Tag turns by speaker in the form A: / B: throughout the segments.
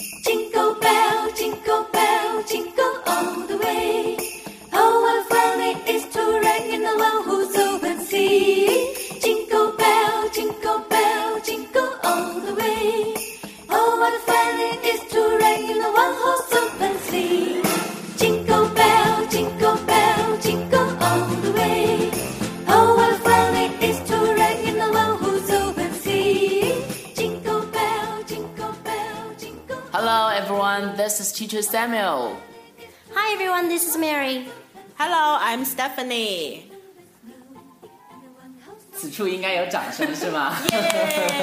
A: Oh, Jingle jingle bell, jingle bell, jingle all the way. Oh, what a fun it is to ride in a one-horse open sleigh. Jingle bell, jingle bell, jingle all the way. Oh, what a fun it is to ride in a one-horse open sleigh. Jingle bell, jingle bell, jingle.
B: Hello everyone, this is Teacher Samuel.
C: Hi everyone, this is Mary.
D: Hello, I'm Stephanie。
B: 此处应该有掌声是吗？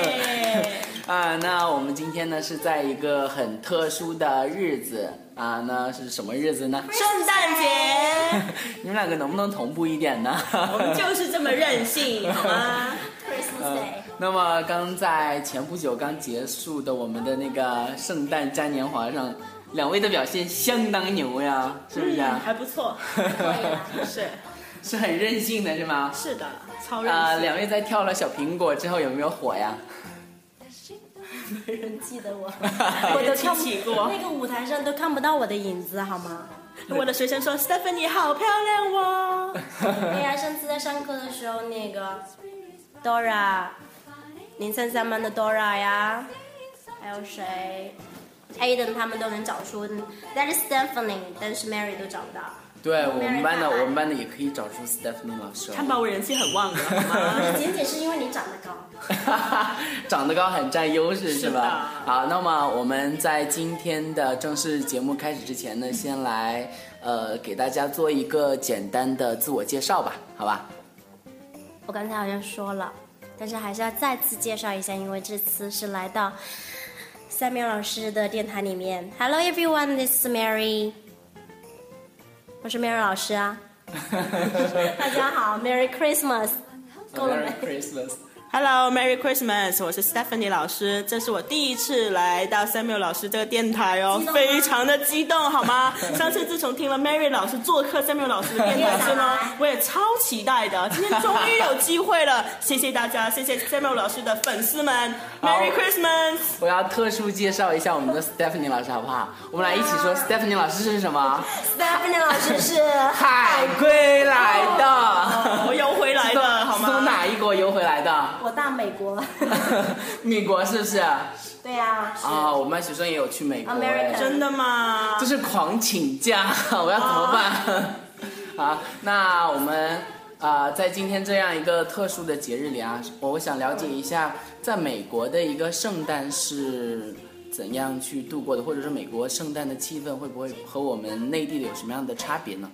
B: 啊，那我们今天呢是在一个很特殊的日子啊，那是什么日子呢？
D: 圣诞节，
B: 你们两个能不能同步一点呢？
D: 我们就是这么任性，好吗？
C: Christmas Day.
B: 那么刚在前不久刚结束的我们的那个圣诞嘉年华上，两位的表现相当牛呀， 是不是啊？
D: 还不错，是
B: 是很任性的是吗？
D: 是的，超任
B: 啊，
D: 性。
B: 两位在跳了小苹果之后有没有火呀？
C: 没人记得我，我都看不
D: 提起过
C: 那个舞台上都看不到我的影子，好吗？
D: 我的学生说，Stephanie 好漂亮哦。
C: 哎呀，上次在上课的时候，那个 Dora，零三三班的 Dora 呀，还有谁，Aiden 他们都能找出，That is Stephanie，但是 Mary 都找 不到。
B: 对我们班的，
C: 没人
B: 我们班的也可以找出 Stephanie 老师哦。
D: 看把我人气很旺的，好吗？
C: 仅仅啊是因为你长得高。
B: 长得高很占优势是
D: 是的
B: 吧？好，那么我们在今天的正式节目开始之前呢，先来呃给大家做一个简单的自我介绍吧，好吧？
C: 我刚才好像说了，但是还是要再次介绍一下，因为这次是来到三苗老师的电台里面。Hello everyone, this is Mary。我是 Mary 老师啊。大家好，Merry Christmas。够了
B: Merry
C: 没？
B: Christmas！
D: Hello，Merry Christmas！我是 Stephanie 老师，这是我第一次来到 Samuel 老师这个电台哦
C: 激动，吗
D: 非常的激动，好 吗？上次自从听了 Mary 老师做客 Samuel 老师的电台之后呢，我也超期待的，今天终于有机会了， 谢谢大家，谢谢 Samuel 老师的粉丝们，Merry Christmas！
B: 我要特殊介绍一下我们的 Stephanie 老师，好不好？我们来一起说 Stephanie 老师是什么？
C: Stephanie 老师是
B: 海归来的，
D: 我又回 来了，好
B: 从
D: 吗？
B: 哪一国游回来的？
C: 我大美国。
B: 美国是不是？啊、
C: 对呀、啊，是。
B: 我们班学生也有去美国。
C: American
B: 哎
D: 真的吗
B: 就？是狂请假， 我要怎么办？
D: 啊
B: 好，那我们啊、呃在今天这样一个特殊的节日里啊，我想了解一下，在美国的一个圣诞是怎样去度过的，或者是美国圣诞的气氛会不会和我们内地的有什么样的差别 呢？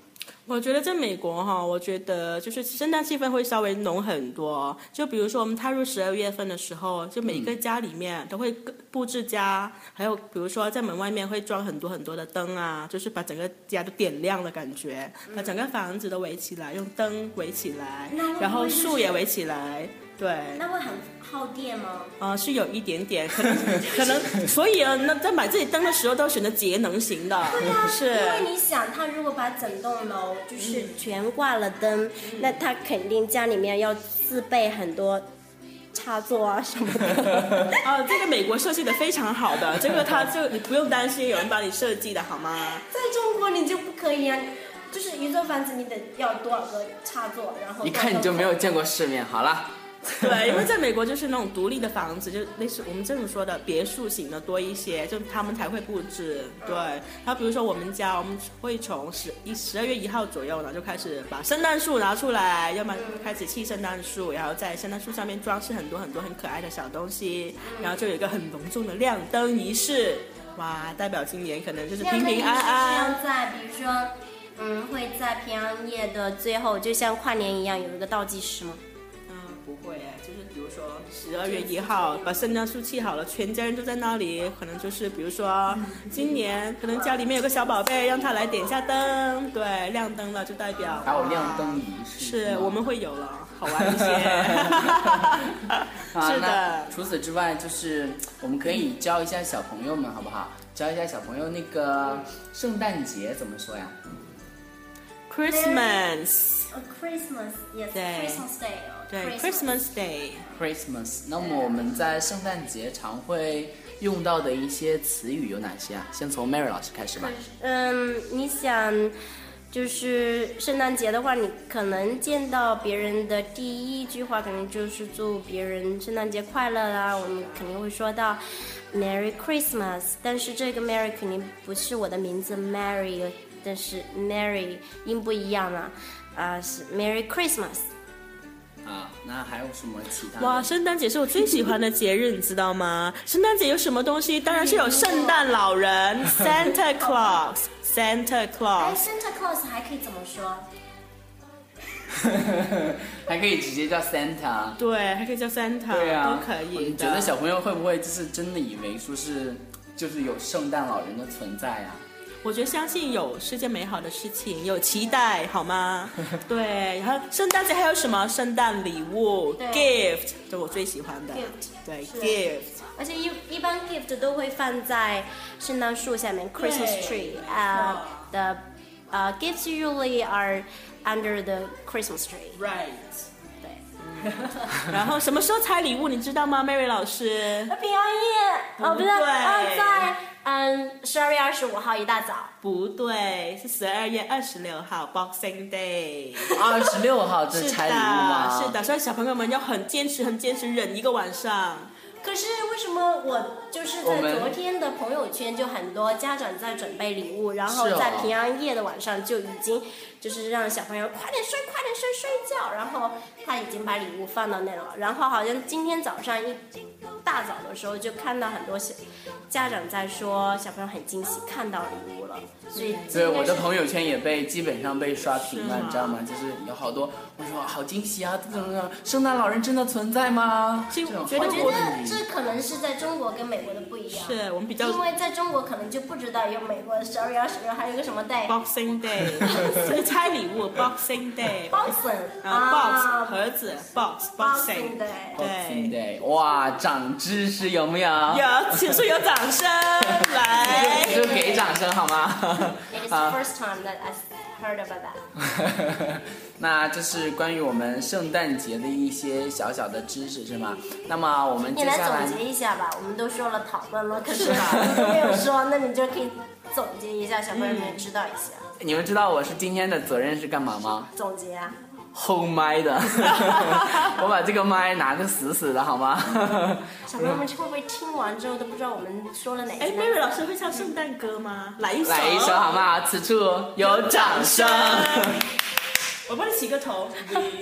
D: 我觉得在美国哈，我觉得就是圣诞气氛会稍微浓很多。就比如说我们踏入十二月份的时候，就每个家里面都会各布置家，还有比如说在门外面会装很多很多的灯啊， 就是把整个家都点亮的感觉，把整个房子都围起来，用灯围起来
C: 那会不，会
D: 然后
C: 就是
D: 树也围起来，对。
C: 那会很耗电吗？
D: 啊、是有一点点，可能可能，所以啊，那在买这些灯的时候，都要选择节能型的，
C: 啊
D: 是。
C: 因为你想，他如果把整栋楼就是嗯全挂了灯，那他肯定家里面要自备很多插座啊什么的。
D: 啊，这个美国设计的非常好的，这个它就你不用担心有人帮你设计的好吗？
C: 在中国你就不可以啊，就是一座房子你得要多少个插座，然后
B: 一看你就没有见过世面。好了，
D: 对，因为在美国就是那种独立的房子，就类似我们这种说的别墅型的多一些，就他们才会布置。对，然后比如说我们家，我们会从十一十二月一号左右呢就开始把圣诞树拿出来，要么开始砌圣诞树，然后在圣诞树上面装饰很多很多很可爱的小东西，然后就有一个很隆重的亮灯仪式。哇，代表今年可能就是平平安安。
C: 像在比如说，嗯，会在平安夜的最后，就像跨年一样有一个倒计时吗？
D: 嗯，不会哎，就是比如说十二月一号把圣诞树砌好了，全家人都在那里，可能就是比如说今年可能家里面有个小宝贝，让他来点一下灯，对，亮灯了就代表
B: 还有亮灯仪式。
D: 是
B: 吗
D: 我们会有了，好玩一些，
B: 啊，那
D: 是的。
B: 除此之外，就是我们可以教一下小朋友们，好不好？教一下小朋友那个圣诞节怎么说呀？
D: Christmas，
C: 呃 Christmas yes
D: 对
C: Christmas Day 哦
D: 对，Christmas Day，
B: 嗯 Christmas。那么我们在圣诞节常会用到的一些词语有哪些啊？先从 Mary 老师开始吧。
C: 嗯，你想就是圣诞节的话，你可能见到别人的第一句话，肯定就是祝别人圣诞节快乐啦。我们肯定会说到 Merry Christmas，但是这个 Merry 肯定不是我的名字 Mary，但是 Merry 音不一样啊，啊、是 Merry Christmas。
B: 啊，那还有什么其他的？
D: 嗯哇，圣诞节是我最喜欢的节日，你知道吗？圣诞节有什么东西？当然是有圣诞老人 Santa Claus，Santa
C: 哎
D: Claus。
C: ，Santa Claus 还可以怎么说？
B: 还可以直接叫 Santa。
D: 对，还可以叫 Santa，
B: 对啊，
D: 都可以的。
B: 你觉得小朋友会不会就是真的以为说是就是有圣诞老人的存在 啊？
D: 我觉得相信有是件美好的事情，有期待，好 吗？对，然后圣诞节还有什么圣诞礼物
C: 对
D: gift，这我最喜欢的。
C: Gift，
D: 对
C: 是
D: gift，
C: 而且一一般 gift 都会放在圣诞树下面，Christmas tree 啊、the 呃、gifts usually are under the Christmas tree。
D: right。
C: 对，
D: 然后什么时候拆礼物，你知道吗，Mary 老师？
C: 表演哦，不是，
D: 对
C: 啊，在嗯十二月二十五号一大早，
D: 不对，是十二月二十六号 Boxing Day。
B: 二十六号这
D: 是
B: 拆礼物吗？
D: 的，是。的，所以小朋友们要很坚持，很坚持，忍一个晚上。
C: 可是为什么我就是
B: 我
C: 在
B: 们
C: 昨天的朋友圈就很多家长在准备礼物，然后
B: 是哦
C: 在平安夜的晚上就已经就是让小朋友快点睡，快点睡睡觉，然后他已经把礼物放到那了，然后好像今天早上一大早的时候就看到很多小家长在说小朋友很惊喜看到礼物了，所以
B: 对，我的
C: 应该是
B: 朋友圈也被基本上被刷屏了，
D: 是吗
B: 你知道吗？就是有好多我说好惊喜啊，怎么怎么样，圣诞老人真的存在吗？
D: 其实
B: 这种
D: 觉得
B: 好
C: 我觉
B: 多
C: 得
B: 疑
C: 这可能是在中国跟美国的不一样。
D: 是我们比较
C: 因为在中国可能就不知道有美国十二月二十六还有一个什么 day
D: Boxing Day，是拆礼物 Boxing Day。
C: Boxing
D: Uh, 啊，box 盒子，box
C: Boxing
D: boxing，
C: Day
D: 对，
B: Boxing Day，哇，长知识有没有？
D: 有，请出有掌声 来。
B: 就给掌声好吗？
C: It is the
B: 啊，
C: first time that I heard about that。
B: 那这是关于我们圣诞节的一些小小的知识是吗？那么我们
C: 你
B: 接
C: 来
B: 下来
C: 总结一下吧，我们都说了讨论了，可是
D: 是啊
C: 你都没有说，那你就可以总结一下，小朋友们知道一下。
B: 你们知道我是今天的责任是干嘛吗？
C: 总结啊，
B: 后麦的， 我把这个麦拿的死死的好吗？
C: 小朋友们会不会听完之后都不知道我们说了哪
D: 哎
C: 些
D: ，Mary
C: 呢？
D: 老师会唱圣诞歌吗？来一首，
B: 来一首好不好？此处有掌声。
D: 我帮你起个 头。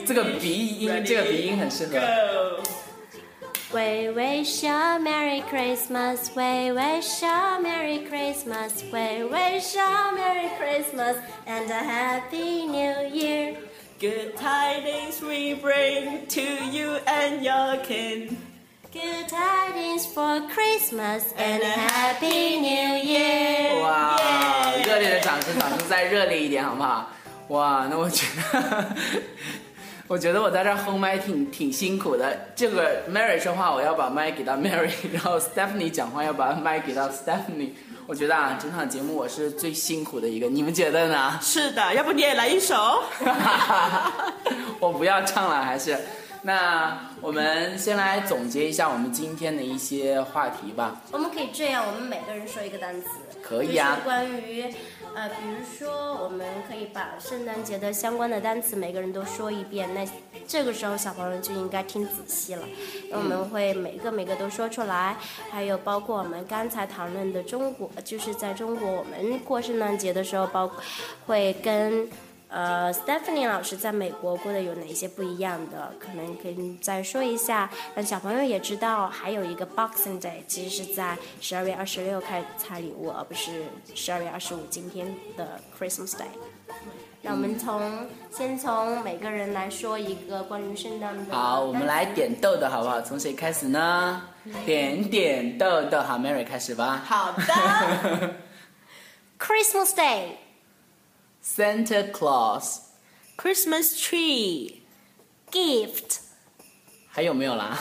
B: 这个鼻音，这个鼻音很适合。
D: Go。
C: We wish you a Merry Christmas. We wish you a Merry Christmas. We wish you a Merry Christmas and a Happy New Year.
D: Good tidings we bring to you and your kin.
C: Good tidings for Christmas and a Happy New Year.
B: 哇
D: Yeah
B: 热烈的掌声，掌声再热烈一点好不好？哇，那我觉得， 我觉得我在这儿哼麦挺挺辛苦的。这个 Mary 说话，我要把麦给到 Mary，然 后 Stephanie 讲话要把麦给到 Stephanie。我觉得啊，整场节目我是最辛苦的一个，你们觉得呢？
D: 是的，要不你也来一 首？
B: 我不要唱了，还是。那我们先来总结一下我们今天的一些话题吧。
C: 我们可以这样，我们每个人说一个单词。
B: 可以啊
C: 就是关于，呃，比如说，我们可以把圣诞节的相关的单词每个人都说一遍。那这个时候小朋友就应该听仔细了，因为我们会每个每个都说出来。还有包括我们刚才谈论的中国，就是在中国我们过圣诞节的时候，包会跟。呃，Stephanie 老师在美国过得有哪些不一样的？可能可以再说一下，让小朋友也知道。还有一个 Boxing Day，其实是在十二月二十六开始拆礼物，而不是十二月二十五今天的 Christmas Day。那我们从先从每个人来说一个关于圣诞的。
B: 好，我们来。点豆豆好不好？从谁开始呢？点点豆豆，好，Mary 开始吧。
D: 好 的。
C: Christmas Day，Gifts
B: Santa Claus，
D: Christmas tree,
B: 还有没有啦？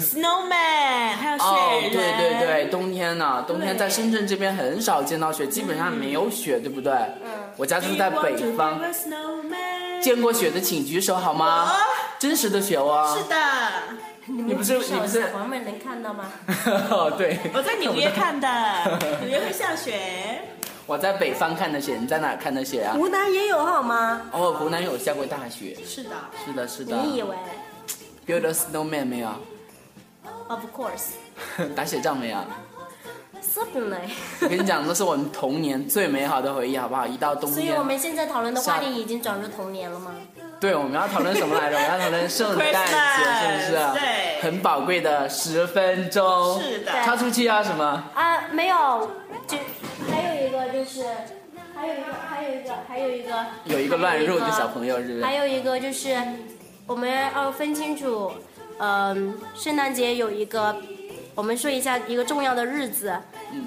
D: snowman，还有
B: 哦，
D: 雪人。
B: 对对对，冬天呢、冬天在深圳这边很少见到雪，基本上没有雪，对不对？嗯。我家
D: Do
B: 住
D: you
B: 在
D: want
B: 北
D: to
B: 方
D: build，a snowman？
B: 见过雪的请举手好吗？真实的雪哦。
D: 哦是的。
B: 你不是
C: 举手
B: 你不是
C: 小朋友们能看到吗？
B: 哦，对。
D: 我在纽约看的，纽约会下雪。
B: 我在北方看的雪，你在哪儿看的雪啊？
C: 湖南也有好吗？
B: 哦，湖南有下过大雪。
D: 是的，
B: 是的，是的。
C: 你以为
B: build a snowman 没有？
C: ？Of course,
B: 打雪仗没有？
C: certainly。
B: 我跟你讲，都是我们童年最美好的回忆，好不好？一到冬
C: 所以
B: 天
C: 我，们现在讨论的话
B: 下
C: 题已经转入童年了吗？
B: 对，我们要讨论什么 来着？我们要讨论圣诞节，是不是？
D: Christmas，对
B: 很宝贵的十分钟。
D: 是的
B: 插出去啊什么？
C: 啊，没有，就还有一个就是，还有一个，还有一个，还有一个，
B: 有一个乱入的小
C: 友。
B: 朋友，是不是
C: 还？有一个就是，我们要分清楚，嗯、圣诞节有一个，我们说一下一个重要的日子，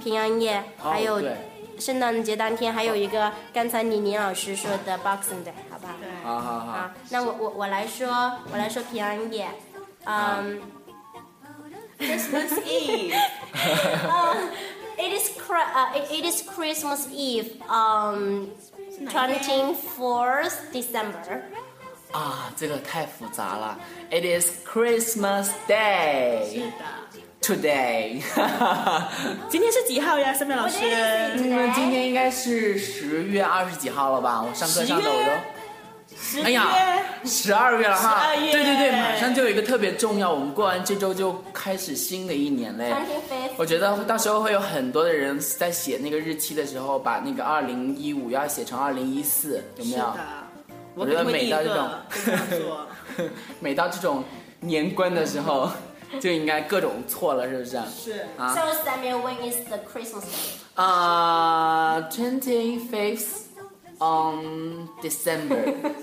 C: 平安夜，
B: 哦
C: 还有
B: 对
C: 圣诞节当天，还有一个刚才李宁老师说的 Boxing Day，好不好？
D: 对
B: 嗯好好好。
C: 啊，那我我我来说，我来说平安夜，嗯、
D: ，Christmas Eve，
C: It is Chri- uh, it, it is Christmas Eve, um, twenty fourth December.
B: 啊，这个太复杂了。It is Christmas Day
D: 是的，
B: today 。
D: 今天是几号呀，三妹老师
C: What？day is it
B: 你
C: today?
B: 们今天应该是十月二十几号了吧？我上课上的我
D: 10
B: 都
D: 月。十
B: 哎
D: 一
B: 呀
D: 月，
B: 十二月了哈，
D: 12月
B: 对对对，马上就有一个特别重要，我们过完这周就开始新的一年嘞。
C: twenty fifth.
B: 我觉得到时候会有很多的人在写那个日期的时候，把那个二零一五要写成二零一四，有没有？
D: 是的，
B: 我
D: 我
B: 觉得
D: 给你
B: 每
D: 一
B: 到
D: 个
B: 这种
D: 这样做。
B: 每到这种年关的时候，就应该各种错了，是不是？
D: 是
B: 啊
C: So Samuel, when is the Christmas day?
B: 啊，twenty fifth on December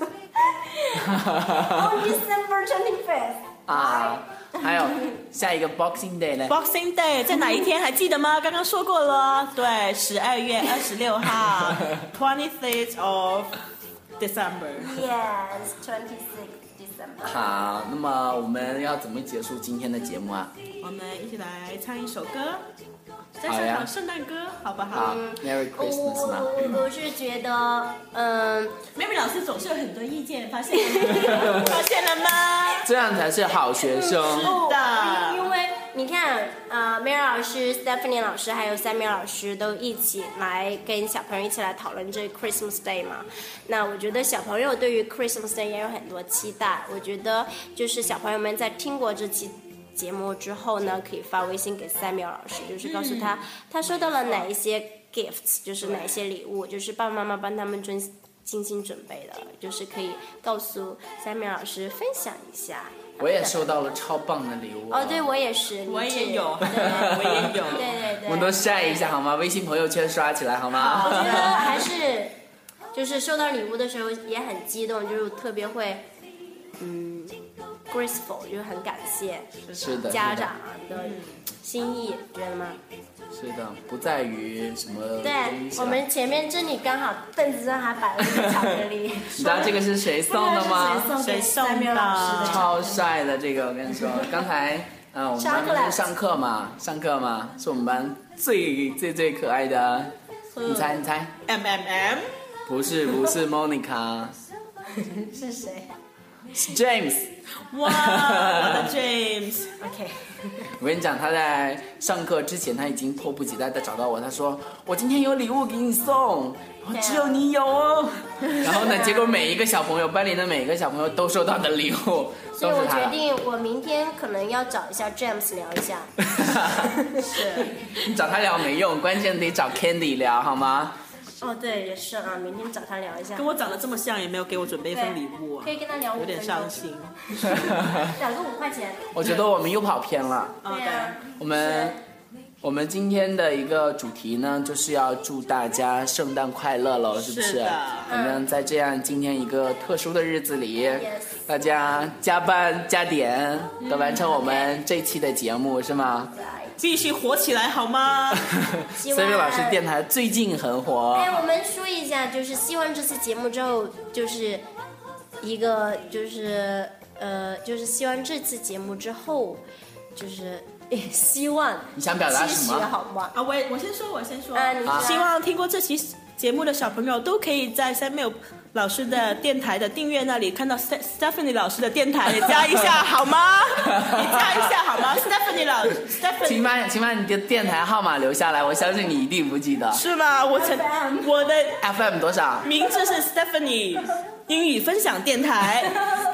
C: On Oh, December twenty fifth.
B: 啊，还有下一个 Boxing Day 呢？
D: Boxing Day 在哪一天还记得吗？刚刚说过了，对，十二月二十六号，twenty third of December。
C: Yes, twenty sixth December.
B: 好，那么我们要怎么结束今天的节目啊？
D: 我们一起来唱一首歌，再
B: 好
D: 唱
B: 呀
D: 首圣诞歌，好不
B: 好
D: 好
C: 呃
B: ，Merry
C: 我
B: Christmas 嘛。
C: 我 Oh, 我是觉得，嗯，
D: ？Mary 老师总是有很多意见，发现 了吗？发现了吗？
B: 这样才是好学生。
C: 哦
D: 的
C: 因因为你看，呃，Mary 老师、Stephanie 老师还有 Samuel 老师都一起来跟小朋友一起来讨论这个 Christmas Day 嘛。那我觉得小朋友对于 Christmas Day 也有很多期待。我觉得就是小朋友们在听过这期。节目之后呢，可以发微信给 Samuel 老师，就是告诉他、他收到了哪一些 gifts，就是哪一些礼物，就是爸爸妈妈帮他们准精心准备的，就是可以告诉 Samuel 老师分享一下。
B: 我也收到了超棒的礼物啊
C: 哦，对，我也是，
D: 我
C: 你是
D: 也有，
C: 对
D: 我也有。
C: 对对对，
B: 我们都晒一下好吗？微信朋友圈刷起来好吗？
C: 我觉得还是，就是收到礼物的时候也很激动，就是特别会，嗯，graceful，就是很感谢
B: 是的，
C: 家
B: 是的
C: 长的心意，觉得吗？
B: 是的，不在于什么
C: 对
B: 东西啊。
C: 我们前面这里刚好凳子上还摆了一个巧克力，
B: 你知道这个是谁送的吗？
D: 谁送的
C: 三秒老师的
B: 超帅的这个，我跟你说，刚才嗯、呃我们班不是上课嘛，上课嘛，是我们班最最最可爱的，你猜你猜，
D: M M M，
B: 不是不是 Monica，
C: 是谁
B: 是 James。
D: 哇，我的 James，
C: ？OK，
B: 我跟你讲，他在上课之前，他已经迫不及待的找到我，他说：“我今天有礼物给你送，然后只有你有哦。”然后呢，结果每一个小朋友，班里的每一个小朋友都收到的礼物
C: 所
B: 都
C: 以我
B: 是他
C: 决
B: 的。
C: 定我明天可能要找一下 James 聊一下。
B: 你找他聊没用，关键得找 Candy 聊好吗？
C: 哦，对，也是啊，明天找他聊一下
D: 跟。我长得这么像，也没有给我准备一份礼物啊
C: 可，以跟他聊五
D: 有
C: 分
D: 点
C: 钟，
D: 伤心。
C: 两个五块钱。
B: 我觉得我们又跑偏了。
C: 对
D: 啊
C: 呀，
B: 我们我们今天的一个主题呢，就是要祝大家圣诞快乐喽，是不
D: 是
B: 是
D: 的？
B: 我们在这样今天一个特殊的日子里
C: Yes
B: 大家加班加点的完成我们这期的节目，是吗？
D: 必须火起来好吗？
C: 希
B: 所
C: 望
B: 以老师电台最近很火，
C: 哎，我们说一下，就是希望这期节目之后，就是一个就是呃，就是希望这次节目之后，就是哎希望
B: 你想表达
C: 期
B: 什
C: 许
B: 么
C: 好吗？
D: 啊，我也我先说，我先说。
C: 啊，你
B: 啊
C: 说
D: 希望听过这期节目的小朋友都可以在 Samuel 老师的电台的订阅那里看到 Ste- Stephanie 老师的电台， 你加一下好吗？哎你加一下好吗？Stephanie 老
B: 请
D: Stephanie
B: 把 请把你的电台号码留下来，我相信你一定不记得。
D: 是吗？我曾我的
B: FM 多少？
D: 名字是 Stephanie 英语分享电台。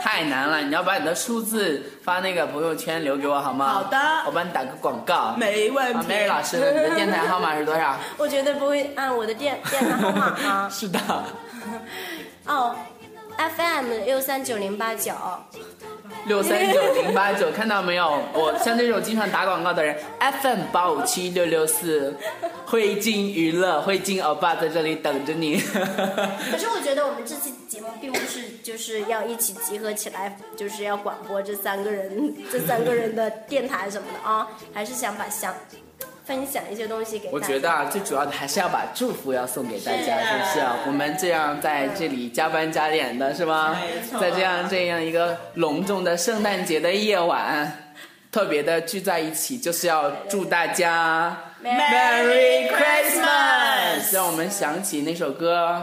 B: 太难了，你要把你的数字发那个朋友圈留给我好吗？
D: 好的
B: 我帮你打个广告。
D: 没问
B: 啊
D: 题，
B: ，Mary 老师，你的电台号码是多 少？。
C: 我绝对不会按我的电电台号码啊
B: 是的，
C: 哦，FM 六三九零八九，
B: 六三九零八 九，看到没有？我像这种经常打广告的人，FM 八五七六六四， 汇金娱乐，汇金欧巴在这里等着你。
C: 可是我觉得我们这期节目并不是就是要一起集合起来，就是要广播这三个人这三 个人的电台什么的啊，还是想把想分享一些东西给
B: 我
C: 大
B: 觉
C: 家。
B: 得啊，最主要的还是要把祝福要送给大家，
D: 是
B: 是不
D: 的嗯
B: 是啊？我们这样在这里加班加点的是吗
D: 没？错
B: 在这样这样一个隆重的圣诞节的夜晚，特别的聚在一起，就是要祝大家
D: Merry Christmas
B: 让我们想起那首歌。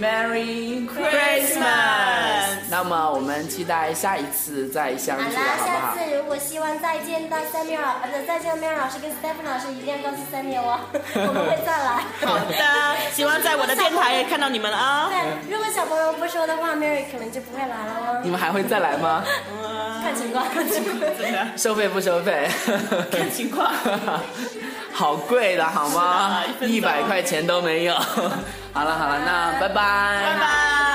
B: Merry
D: Christmas
B: 那么我们期待下一次再相
C: 好
B: 聚，
C: 啦，
B: 好不好
C: 下？次如果希望再见到三面老，呃，再见面老师跟 Stephen 老师，一定要告诉三面哦， 我们会再来。
D: 好的，希望在我的电台也看到你们啊、
C: 对，如果小朋友不说的话，Mary 可能就不会来了
B: 你
C: 哦。
B: 们还会再来吗？嗯
C: 看情况，看情况。
D: 真的，
B: 收费不收费？
D: 看情况。
B: 好贵的好吗
D: 是的一？分 钟
B: 一百块钱都没有。好了好了，那拜拜
D: 拜拜。
A: Oh, Oh, Oh, Oh,